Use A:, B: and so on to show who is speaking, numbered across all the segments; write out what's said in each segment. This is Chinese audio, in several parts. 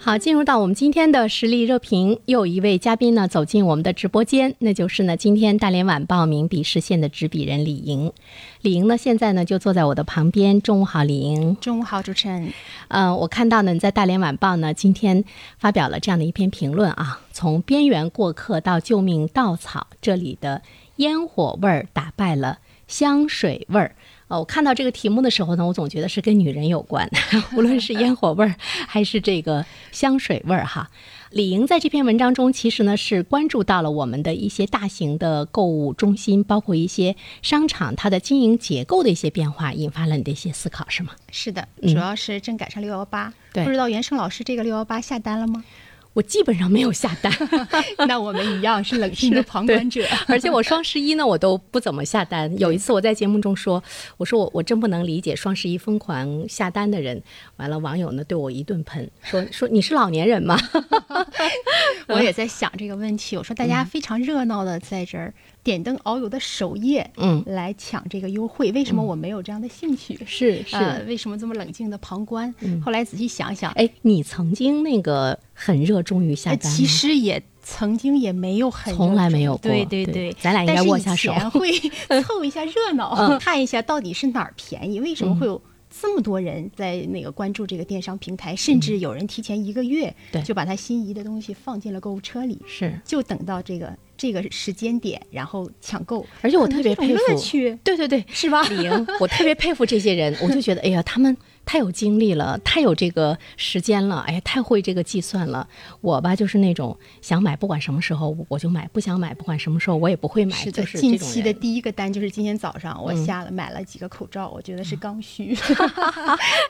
A: 好，进入到我们今天的实力热评，又有一位嘉宾呢走进我们的直播间，那就是呢今天大连晚报名笔视线的执笔人李莹。李莹呢现在呢就坐在我的旁边。中午好，李莹。
B: 中午好，主持人。
A: 呃，我看到呢你在大连晚报呢今天发表了这样的一篇评论啊，从边缘过客到救命稻草，这里的烟火味儿打败了香水味儿。呃，我看到这个题目的时候呢，我总觉得是跟女人有关， 无论是烟火味儿还是这个香水味儿哈。李莹在这篇文章中，其实呢是关注到了我们的一些大型的购物中心，包括一些商场它的经营结构的一些变化，引发了你的一些思考，是吗？
B: 是的，主要是正赶上六幺八，
A: 嗯对
B: 不知道袁胜老师这个六幺八下单了 吗？
A: 我基本上没有下单，
B: 那我们一样是冷 静的旁
A: 对
B: 观者。
A: 而且我双十一呢，我都不怎么下单。有一次我在节目中说，我说我我真不能理解双十一疯狂下单的人。完了，网友呢对我一顿喷，说说你是老年人吗？ 嗯
B: 我也在想这个问题，我说大家非常热闹的在这儿点灯熬油的首页，
A: 嗯
B: 来抢这个优惠，为什么我没有这样的兴趣？
A: 是嗯
B: 呃，为什么这么冷静的旁观？后来仔细想想，
A: 哎，你曾经那个很热衷于下
B: 哎，
A: 单吗，
B: 其实也曾经也没有很
A: 从
B: 热
A: 来
B: 衷
A: 没有过
B: 对对
A: 对咱俩应该握下手嗯
B: 但是以前会凑一下热闹， 看一下到底是哪儿便宜，为什么会有这么多人在那个关注这个电商平台，甚至有人提前一个月
A: 嗯对
B: 就把他心仪的东西放进了购物车里，
A: 是。
B: 就等到这个这个时间点，然后抢购。
A: 而且我
B: 可能
A: 特别
B: 这种
A: 佩服
B: 乐趣，
A: 对对对，
B: 是吧？
A: 李莹，我特别佩服这些人，我就觉得，哎呀，他们太有精力了，太有这个时间了，哎呀，太会这个计算了。我吧，就是那种想买，不管什么时候我就买，不想买，不管什么时候我也不会买，
B: 是的，
A: 就是
B: 近
A: 这种
B: 期的
A: 人。嗯
B: 第一个单就是今天早上我下了、买了几个口罩，我觉得是刚 需。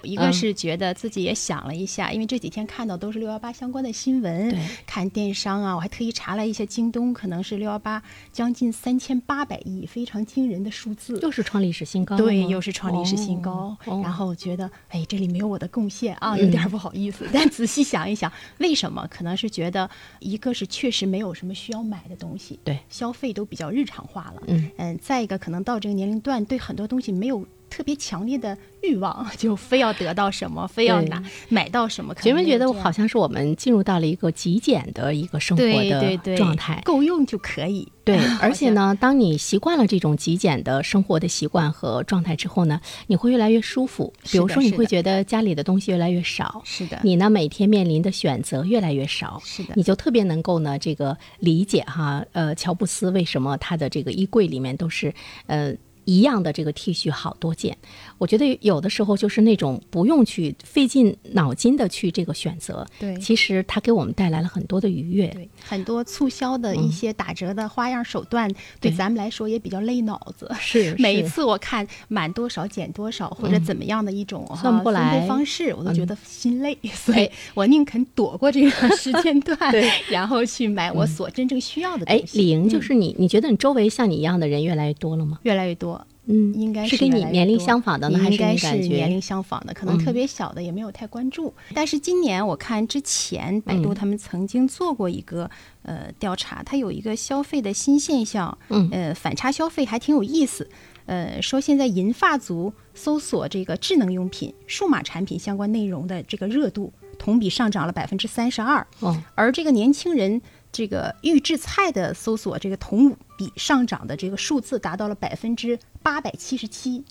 B: 一
A: 嗯
B: 个是觉得自己也想了一下，因为这几天看到都是六幺八相关的新闻
A: 对，
B: 看电商啊，我还特意查了一下京东，可能是六幺八将近三千八百亿，非常惊人的数字。
A: 又是创历史新高了吗，
B: 对，又是创历史新高。
A: 哦嗯
B: 然后我觉得，哎，这里没有我的贡献啊，有点儿不好意思。 但仔细想一想，为什么？可能是觉得，一个是确实没有什么需要买的东西，
A: 对
B: 消费都比较日常化了。
A: 嗯
B: 再一个，可能到这个年龄段，对很多东西没有。特别强烈的欲望， 就非要得到什么，非要
A: 对
B: 拿买到什么。可
A: 觉
B: 能
A: 没
B: 没有
A: 觉得
B: 这
A: 我
B: 样
A: 好像是我们进入到了一个极简的一个生活
B: 对对
A: 的
B: 对
A: 状态？
B: 够用就可以。，
A: 对 而且呢，当你习惯了这种极简的生活的习惯和状态之后呢，你会越来越舒服。比如
B: 是的
A: 说，你
B: 是
A: 会
B: 的
A: 觉得家里的东西越来越少，
B: 是的，
A: 你呢每天面临的选择越来越少，
B: 是的
A: 你就特别能够呢这个理解哈，呃，乔布斯为什么他的这个衣柜里面都是呃。一样的这个 T 恤好多件，我觉得有的时候就是那种不用去费尽脑筋的去这个选择，
B: 对
A: 其实它给我们带来了很多的愉悦，
B: 对，很多促销的一些打折的花样手段，对
A: 嗯对
B: 咱们来说也比较累脑子。
A: 是
B: 每一
A: 是嗯
B: 次我看满多少减多少或者怎么样的一种
A: 算
B: 哈
A: 不过
B: 分配
A: 来嗯
B: 方式，我都觉得心累，所以我宁肯躲过这个时间段，
A: 对嗯
B: 然后去买我所真正需要的
A: 哎
B: 东，西。
A: 李莹，就
B: 嗯
A: 是你，你觉得你周围像你一样的人越来越多了吗？
B: 越来越多。
A: 嗯
B: 应该
A: 是
B: 是
A: 跟
B: 越
A: 你
B: 来越
A: 年龄
B: 多
A: 相仿的呢，还
B: 应
A: 是
B: 该
A: 你
B: 是
A: 感
B: 年
A: 觉嗯
B: 龄相仿的，可能特别小的也没有太关注。但是今年我看之前百
A: 嗯
B: 度他们曾经做过一个、呃调查，它有一个消费的新现象，
A: 嗯
B: 呃反差消费还挺有意思。呃，说现在银发族搜索这个智能用品、数码产品相关内容的这个热度，同比上涨了百分之三十二。
A: 哦，
B: 而这个年轻人这个预制菜的搜索这个同比上涨的这个数字达到了百分之八百七十七，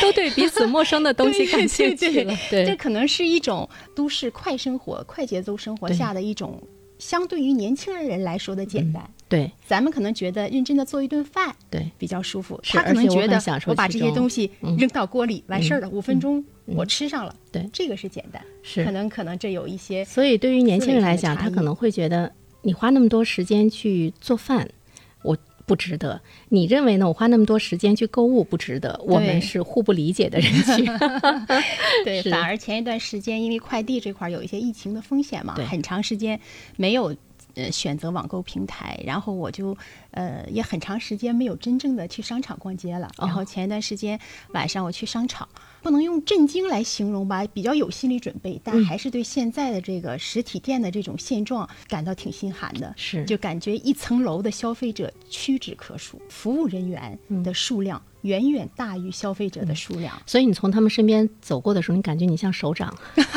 A: 都 对彼此陌生的东西
B: 对
A: 感兴
B: 对
A: 趣
B: 对
A: 了。
B: 这，可能是一种都市快生活、快节奏生活
A: 对
B: 下的一种。相对于年轻人来说的简单，
A: 对
B: 咱们可能觉得认真的做一顿饭
A: 对，
B: 比较舒服，
A: 是
B: 他可
A: 而
B: 能
A: 且我
B: 觉
A: 很
B: 得
A: 享受
B: 我把
A: 其
B: 这些
A: 中
B: 东西
A: 嗯
B: 扔到锅里完事儿了，五分钟
A: 嗯
B: 我吃上了，
A: 对
B: 这个是简单，
A: 是
B: 可能可能这有一些
A: 所以对于年轻人来讲，
B: 思维上的差
A: 他
B: 异
A: 可能会觉得你花那么多时间去做饭，我不值得。你认为呢？我花那么多时间去购物不值得。我们是互不理解的人 群。
B: 对，
A: 是
B: 反而前一段时间因为快递这块儿有一些疫情的风险嘛
A: 对，
B: 很长时间没有呃选择网购平台，然后我就呃也很长时间没有真正的去商场逛街了。然
A: 哦
B: 后前一段时间晚上我去商场，不能用震惊来形容吧，比较有心理准备，
A: 嗯
B: 但还是对现在的这个实体店的这种现状感到挺心寒的。
A: 是
B: 就感觉一层楼的消费者屈指可数，服务人员
A: 嗯
B: 的数量远远大于消费者的数量。
A: 所以你从他们身边走过的时候，你感觉你像首 长，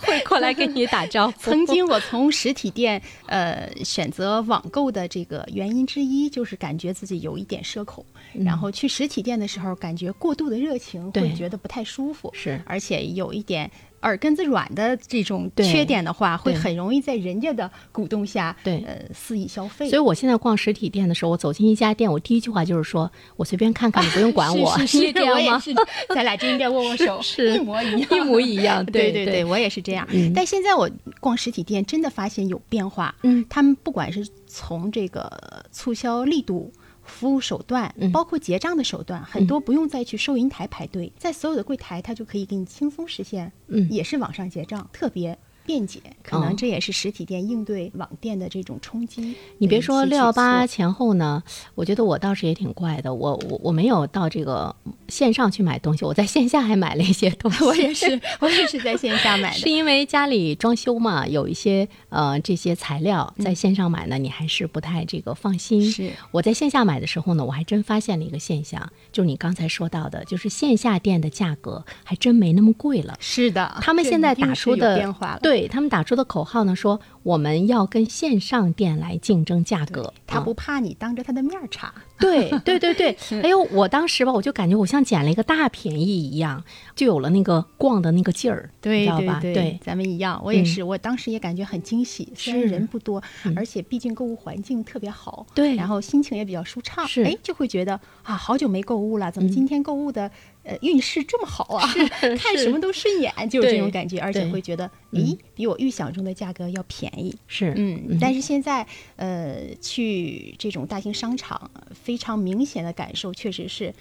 A: 会过来跟你打招呼。
B: 曾经我从实体店呃选择网购的这个原因之一，就是感觉自己有一点社恐，然后去实体店的时候，感觉过度的热情
A: 嗯对
B: 会觉得不太舒服，
A: 是
B: 而且有一点。耳根子软的这种
A: 对
B: 缺点的话，会
A: 对
B: 很容易在人家的鼓动下，
A: 对
B: 呃，肆意消费。
A: 所以我现在逛实体店的时候，我走进一家店，我第一句话就是说，我随便看看，你不用管我，
B: 啊是是
A: 你
B: 是
A: 也这样吗？
B: 我也 是，咱俩真应该握握手，
A: 是
B: 一模一样，
A: 一模一 样对
B: 对
A: 对
B: 我也是这样。
A: 嗯
B: 但现在我逛实体店，真的发现有变化。
A: 嗯，
B: 他们不管是从这个促销力度。服务手段，
A: 嗯
B: 包括结账的手段，很多不用再去收银台排队，在所有的柜台，它就可以给你轻松实现，
A: 嗯
B: 也是网上结账，特别便捷。可
A: 哦
B: 能这也是实体店应对网店的这种冲击。
A: 你别
B: 嗯
A: 说六幺八
B: 618
A: 前后呢，我觉得我倒是也挺怪的，我我我没有到这个线上去买东西，我在线下还买了一些东 西。
B: 我 也是，我也是在线下买 的
A: 是。因为家里装修嘛，有一些呃这些材料在线上买呢，你还是不太这个放心。
B: 嗯是
A: 我在线下买的时候呢，我还真发现了一个现象，就是你刚才说到的，就是线下店的价格还真没那么贵了。
B: 是的，
A: 他们
B: 这
A: 现在
B: 一定
A: 打
B: 是
A: 出
B: 有
A: 的
B: 变化了，
A: 对他们打出的口号呢，说我们要跟线上店来竞争价格。
B: 他
A: 嗯
B: 不怕你当着他的面儿查，
A: 对对对 对，哎呦，我当时吧，我就感觉我像捡了一个大便宜一样，就有了那个逛的那个劲儿，你知道吧？对嗯
B: 咱们一样，我也是，我当时也感觉很惊喜，虽然
A: 是嗯
B: 人不多，而且毕竟购物环境特别好，
A: 对
B: 然后心情也比较舒畅，
A: 是嗯
B: 哎，就会觉得啊，好久没购物了，怎么今天购物的呃运势这么好啊？ 看什么都顺眼，就有
A: 对
B: 这种感觉，而且
A: 对嗯
B: 会觉得，咦，比我预想中的价格要便宜，
A: 是，
B: 嗯，但是现在呃，去这种大型商场，非常明显的感受确实是。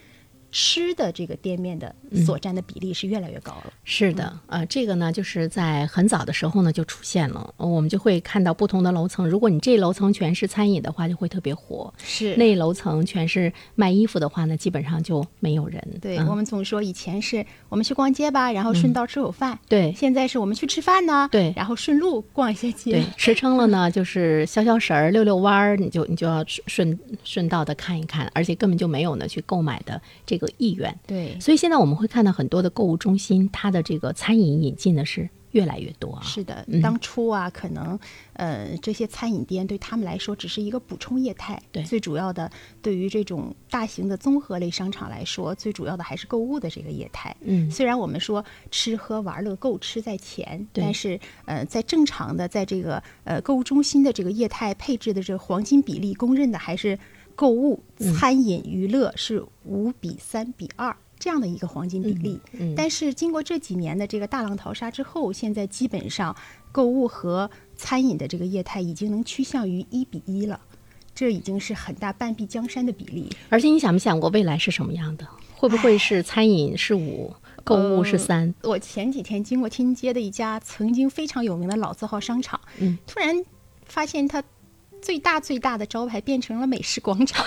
B: 吃的这个店面的
A: 嗯
B: 所占的比例是越来越高了，
A: 是的，
B: 嗯
A: 呃，这个呢，就是在很早的时候呢就出现了，呃我们就会看到不同的楼层，如果你这楼层全是餐饮的话，就会特别火；
B: 是
A: 那一楼层全是卖衣服的话呢，基本上就没有人。
B: 对、
A: 嗯
B: 我们总说以前是我们去逛街吧，然后顺道吃口饭，
A: 对
B: 现在是我们去吃饭呢，
A: 对
B: 然后顺路逛一下街
A: 对，，吃撑了呢，就是消消食儿、遛遛弯儿，你就你就要顺顺道的看一看，而且根本就没有呢去购买的这个意愿。
B: 对
A: 所以现在我们会看到很多的购物中心，它的这个餐饮引进的是越来越多啊。
B: 是的，当初啊，可能呃，这些餐饮店对他们来说只是一个补充业态，
A: 对
B: 最主要的对于这种大型的综合类商场来说，最主要的还是购物的这个业态。
A: 嗯
B: 虽然我们说吃喝玩乐购吃在前，
A: 对
B: 但是呃，在正常的在这个呃购物中心的这个业态配置的这个黄金比例，公认的还是购物、
A: 嗯
B: 餐饮、娱乐是五比三比二。这样的一个黄金比例，
A: 嗯
B: 但是经过这几年的这个大浪淘沙之后，现在基本上购物和餐饮的这个业态已经能趋向于一比一了，这已经是很大半壁江山的比例。
A: 而且你想没想过未来是什么样的？会不会是餐饮是五，购物
B: 呃
A: 是三、
B: 我前几天经过天津街的一家曾经非常有名的老字号商场，
A: 嗯
B: 突然发现它最大最大的招牌变成了美食广 场，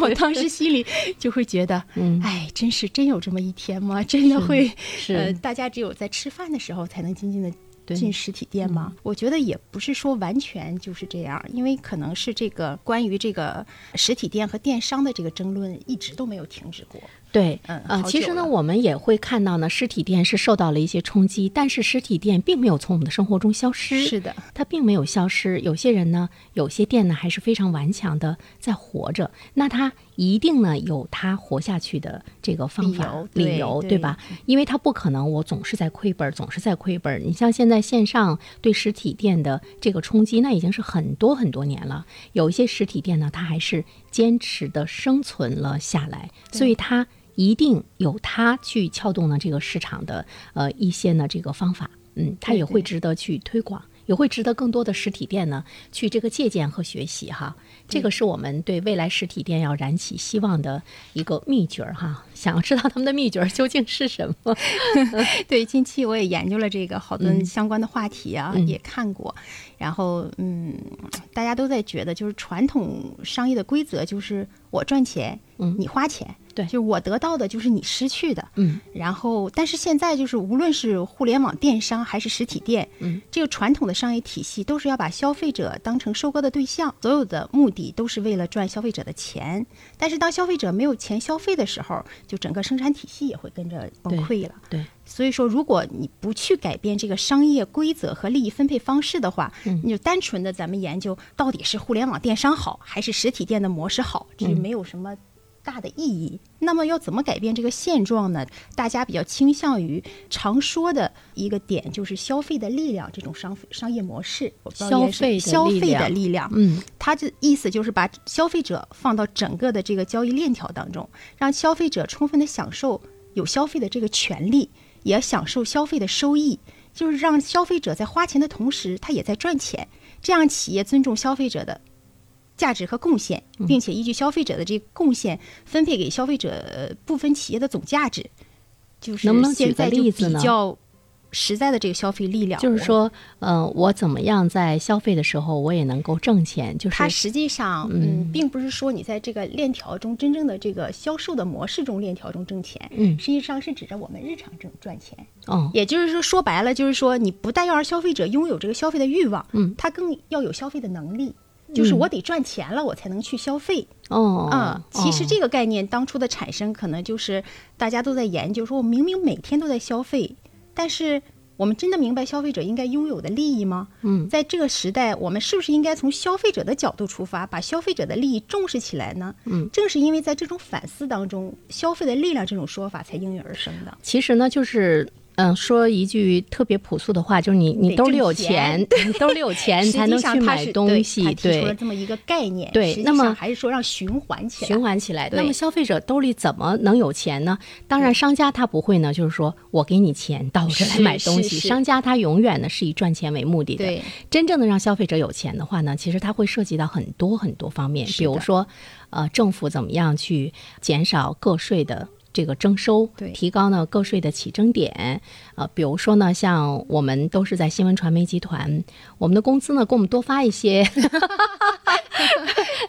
B: 我当时心里就会觉得，
A: 嗯
B: 哎，真是真有这么一天吗？ 真的会
A: 是
B: 呃，大家只有在吃饭的时候才能静静的。
A: 对嗯
B: 进实体店吗？我觉得也不是说完全就是这样，因为可能是这个关于这个实体店和电商的这个争论一直都没有停止过。
A: 对，
B: 嗯
A: 呃，
B: 好
A: 其
B: 久
A: 实呢，
B: 了
A: 我们也会看到呢，实体店是受到了一些冲击，但是实体店并没有从我们的生活中消失，
B: 是的，
A: 它并没有消失。有些人呢，有些店呢还是非常顽强的在活着，那它一定呢有它活下去的这个方法
B: 理由对
A: 由，
B: 对
A: 对吧？因为它不可能我总是在亏本儿，总是在亏本儿。你像现在线上对实体店的这个冲击，那已经是很多很多年了。有一些实体店呢，它还是坚持的生存了下来，所以它一定有它去撬动呢这个市场的呃一些呢这个方法，嗯，它
B: 对
A: 也会
B: 对
A: 值得去推广。也会值得更多的实体店呢去这个借鉴和学习哈，这
B: 嗯
A: 个是我们对未来实体店要燃起希望的一个秘诀儿哈。想要知道他们的秘诀儿究竟是什 么？
B: 对，近期我也研究了这个好多
A: 嗯
B: 相关的话题啊，
A: 嗯
B: 也看过。然后，嗯，大家都在觉得，就是传统商业的规则就是我赚钱，
A: 嗯
B: 你花钱，
A: 对
B: 就是我得到的就是你失去的。
A: 嗯，
B: 然后，但是现在就是无论是互联网电商还是实体店，
A: 嗯，
B: 这个传统的商业体系都是要把消费者当成收割的对象，所有的目的都是为了赚消费者的钱。但是当消费者没有钱消费的时候，就整个生产体系也会跟着崩溃了。
A: 对，
B: 所以说，如果你不去改变这个商业规则和利益分配方式的话，
A: 嗯
B: 你就单纯的咱们研究到底是互联网电商好还是实体店的模式好，这
A: 嗯
B: 就没有什么大的意义。那么要怎么改变这个现状呢？大家比较倾向于常说的一个点就是消费的力量这种商商业模式，我不知道
A: 消
B: 应该是
A: 费的
B: 消
A: 力
B: 费的
A: 量
B: 力量，
A: 嗯，
B: 它的意思就是把消费者放到整个的这个交易链条当中，让消费者充分的享受有消费的这个权利，也享受消费的收益，就是让消费者在花钱的同时，他也在赚钱。这样企业尊重消费者的价值和贡献，
A: 嗯
B: 并且依据消费者的这个贡献分配给消费者呃部分企业的总价值。就是
A: 能不能举
B: 现
A: 个
B: 在就
A: 例子
B: 比
A: 呢
B: 较实在的这个消费力量，
A: 就是
B: 啊我
A: 说，呃，我怎么样在消费的时候我也能够挣钱？就是
B: 它实际上，
A: 嗯
B: 嗯，并不是说你在这个链条中真正的这个销售的模式中链条中挣钱，
A: 嗯
B: 实际上是指着我们日常挣赚钱。
A: 哦，
B: 也就是说，说白了就是说，你不但要让消费者拥有这个消费的欲望，
A: 嗯，
B: 他更要有消费的能力，就是
A: 嗯
B: 我得赚钱了，我才能去消费。
A: 哦，
B: 啊，其实
A: 哦
B: 这个概念当初的产生，可能就是大家都在研究，说我明明每天都在消费，但是我们真的明白消费者应该拥有的利益吗？
A: 嗯，
B: 在这个时代，我们是不是应该从消费者的角度出发，把消费者的利益重视起来呢？
A: 嗯，
B: 正是因为在这种反思当中，消费的力量这种说法才应运而生的。
A: 其实呢，就是嗯，说一句特别朴素的话，就是你你
B: 得
A: 兜里
B: 挣
A: 有
B: 钱
A: 钱，你兜里有钱，你
B: 实
A: 才
B: 际
A: 能
B: 上
A: 去
B: 它
A: 买
B: 是
A: 东
B: 对
A: 西
B: 它，提出了
A: 对，
B: 这么一个概念，
A: 对
B: 实际
A: 那么
B: 上还是说让循环起来，
A: 循环起来。那
B: 对嗯
A: 么消费者兜里怎么能有钱呢？当然，商家他不会呢，就是说我给你钱到我这来
B: 是
A: 买东
B: 是
A: 西。
B: 是
A: 商家他永远呢是以赚钱为目的的。
B: 对，
A: 真正的让消费者有钱的话呢，其实它会涉及到很多很多方面，
B: 是的
A: 比如说，呃，政府怎么样去减少个税的。这个征收
B: 对，
A: 提高呢个税的起征点，呃，比如说呢，像我们都是在新闻传媒集团，我们的工资呢给我们多发一 些，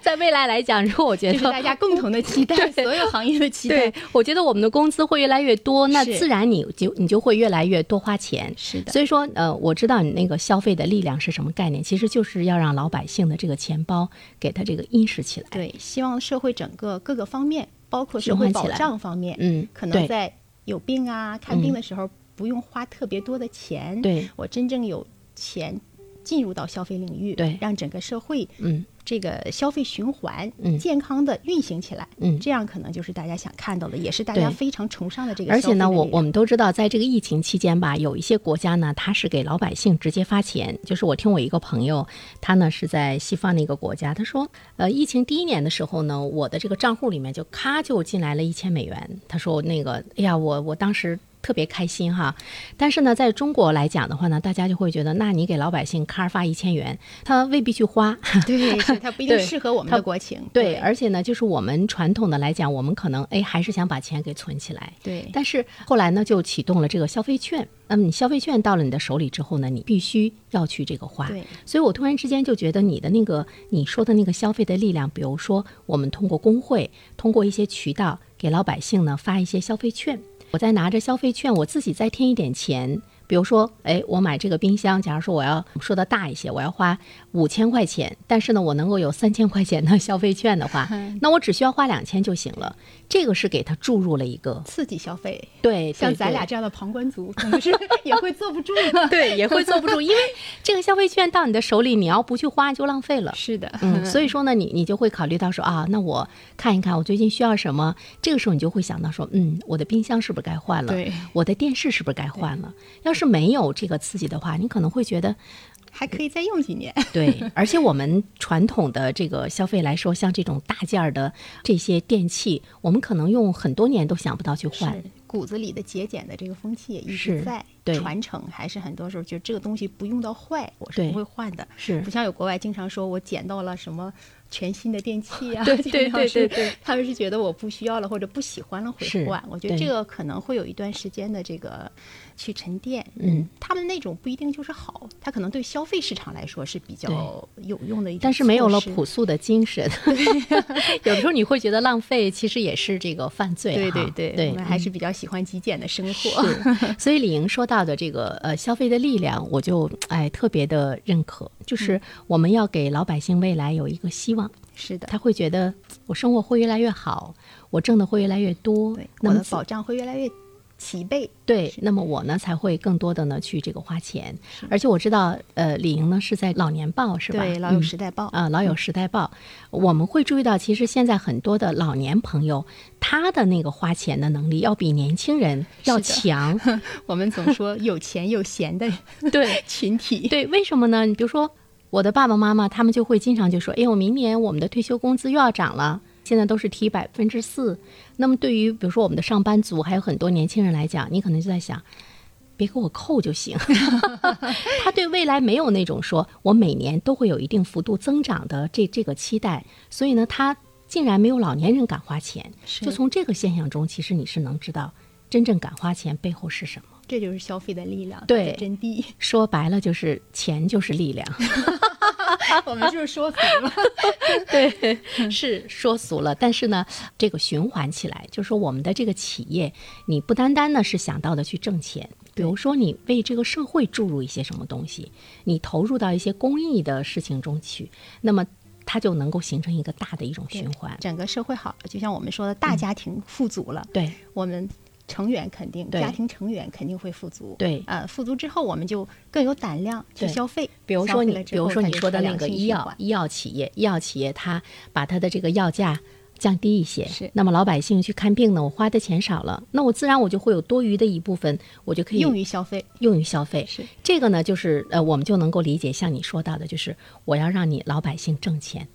A: 在未来来讲，如果我觉得
B: 这是大家共同的 期待，所有行业的期待
A: 对。，我觉得我们的工资会越来越多，那
B: 是
A: 自然你就你就会越来越多花钱。
B: 是的
A: 所以说，呃，我知道你那个消费的力量是什么概念，其实就是要让老百姓的这个钱包给他这个殷实起来。，
B: 对，希望社会整个各个方面，包括
A: 哎循
B: 社会
A: 环起
B: 保
A: 来
B: 障方面，
A: 嗯，
B: 可
A: 对
B: 能在有病啊、看病
A: 嗯
B: 的时候不用花特别多的钱，
A: 对
B: 我真正有钱进入到消费领域，
A: 对
B: 让整个社会
A: 嗯
B: 这个消费循环
A: 嗯
B: 健康的运行起来，
A: 嗯。
B: 这样可能就是大家想看到的，也是大家
A: 对
B: 非常崇尚的这个
A: 而
B: 消费的
A: 且
B: 力量。
A: 呢，我我们都知道，在这个疫情期间吧，有一些国家呢，它是给老百姓直接发钱。就是我听我一个朋友，他呢是在西方的一个国家，他说，呃，疫情第一年的时候呢，我的这个账户里面就咔就进来了一千美元。他说那个，哎呀，我我当时。特别开心哈，但是呢，在中国来讲的话呢，大家就会觉得，那你给老百姓咔发一千元，他未必去花，
B: 对，是它不一定
A: 对
B: 适合我们
A: 它
B: 的国情，
A: 对，而且呢，就是我们传统的来讲，我们可能哎还是想把钱给存起来，
B: 对
A: 但是后来呢，就启动了这个消费券。那么你消费券到了你的手里之后呢，你必须要去这个花。
B: 对，
A: 所以我突然之间就觉得你的那个你说的那个消费的力量，比如说我们通过工会，通过一些渠道给老百姓呢发一些消费券，我再拿着消费券，我自己再添一点钱。比如说，哎，我买这个冰箱，假如说我要说的大一些，我要花五千块钱，但是呢，我能够有三千块钱的消费券的 话，那我只需要花两千就行了。这个是给它注入了一个
B: 刺激消费。
A: 对，
B: 像
A: 对
B: 咱俩
A: 对
B: 这样的旁观族，可能是 也会坐不住的。
A: 对也会坐不住， 因为这个消费券到你的手里，你要不去花就浪费了。
B: 是 的，
A: 嗯，所以说呢，你你就会考虑到说啊，那我看一看我最近需要什么，这个时候你就会想到说，嗯，我的冰箱是不是该换了？
B: 对，
A: 我的电视是不是该换了？要是没有这个刺激的话，你可能会觉 得，
B: 还可以再用几年。
A: 对，而且我们传统的这个消费来说，像这种大件儿的这些电器，我们可能用很多年都想不到去换
B: 是。 骨子里的节俭的这个风气也一
A: 是
B: 直在
A: 对
B: 传承，还是很多时候就这个东西不用到坏，我是
A: 对
B: 不会换的。
A: 是
B: 不像有国外经常说我捡到了什么全新的电器啊，
A: 对
B: 捡
A: 对
B: 到
A: 对对
B: 是
A: 对，
B: 他们是觉得我不需要了或者不喜欢了
A: 是
B: 会换。我觉得
A: 对
B: 这个可能会有一段时间的这个去沉淀。
A: 嗯，
B: 他们那种不一定就是好，他可能对消费市场来说是比较有用的一种
A: 但
B: 措施，
A: 是没有了朴素的精神， 有的时候你会觉得浪费，其实也是这个犯罪
B: 对
A: 哈。
B: 对对，
A: 对，嗯
B: 我们还是比较喜欢极简的生活。
A: 是，所以李莹说到的这个呃消费的力量，我就哎特别的认可，
B: 嗯
A: 就是我们要给老百姓未来有一个希望，
B: 是的，
A: 他会觉得我生活会越来越好，我挣的会越来越多
B: 对，，
A: 那
B: 我
A: 么
B: 的
A: 自
B: 保障会越来越齐备。
A: 对，那么我呢才会更多的呢去这个花钱，而且我知道呃李莹呢是在老年报是吧？
B: 对，《老友
A: 嗯
B: 时代报》
A: 啊、老友时代报，我们会注意到，其实现在很多的老年朋友，他的那个花钱的能力要比年轻人要
B: 是的
A: 强。
B: 我们总说有钱有闲的
A: 对，
B: 群 体。
A: 对，为什么呢？你比如说，我的爸爸妈妈他们就会经常就说：“哎，我明年我们的退休工资又要涨了。”现在都是提百分之四，那么对于比如说我们的上班族，还有很多年轻人来讲，你可能就在想，别给我扣就行。 他对未来没有那种说我每年都会有一定幅度增长的这这个期待，所以呢，他竟然没有老年人敢花钱。
B: 是
A: 就从这个现象中，其实你是能知道真正敢花钱背后是什么。
B: 这就是消费的力量，
A: 对
B: 它的真 谛。
A: 说白了，就是钱就是力量。
B: 我们就是说俗了，
A: 对，是说俗了，但是呢，这个循环起来，就是说我们的这个企业，你不单单呢是想到的去挣钱，比如说你为这个社会注入一些什么东西，你投入到一些公益的事情中去，那么它就能够形成一个大的一种循环。
B: 整个社会好了，就像我们说的，大家庭富足了，
A: 对
B: 我们成员肯定，
A: 对
B: 家庭成员肯定会富足。
A: 对
B: 呃，富足之后，我们就更有胆量去
A: 对
B: 消费。
A: 比如
B: 消
A: 说
B: 费
A: 你
B: 了，之
A: 比如
B: 后
A: 说
B: 它
A: 你
B: 就是
A: 说的
B: 良
A: 那个
B: 性
A: 医
B: 循
A: 药
B: 环
A: 医药企业，医药企业它把它的这个药价降低一些，
B: 是
A: 那么老百姓去看病呢，我花的钱少了，那我自然我就会有多余的一部分，我就可以
B: 用于消费，
A: 用于消费。
B: 是
A: 这个呢，就是呃，我们就能够理解，像你说到的，就是我要让你老百姓挣钱。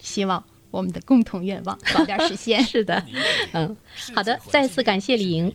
B: 希望我 们的共同愿望早点实现。
A: 是的，嗯，好的，再次感谢李莹。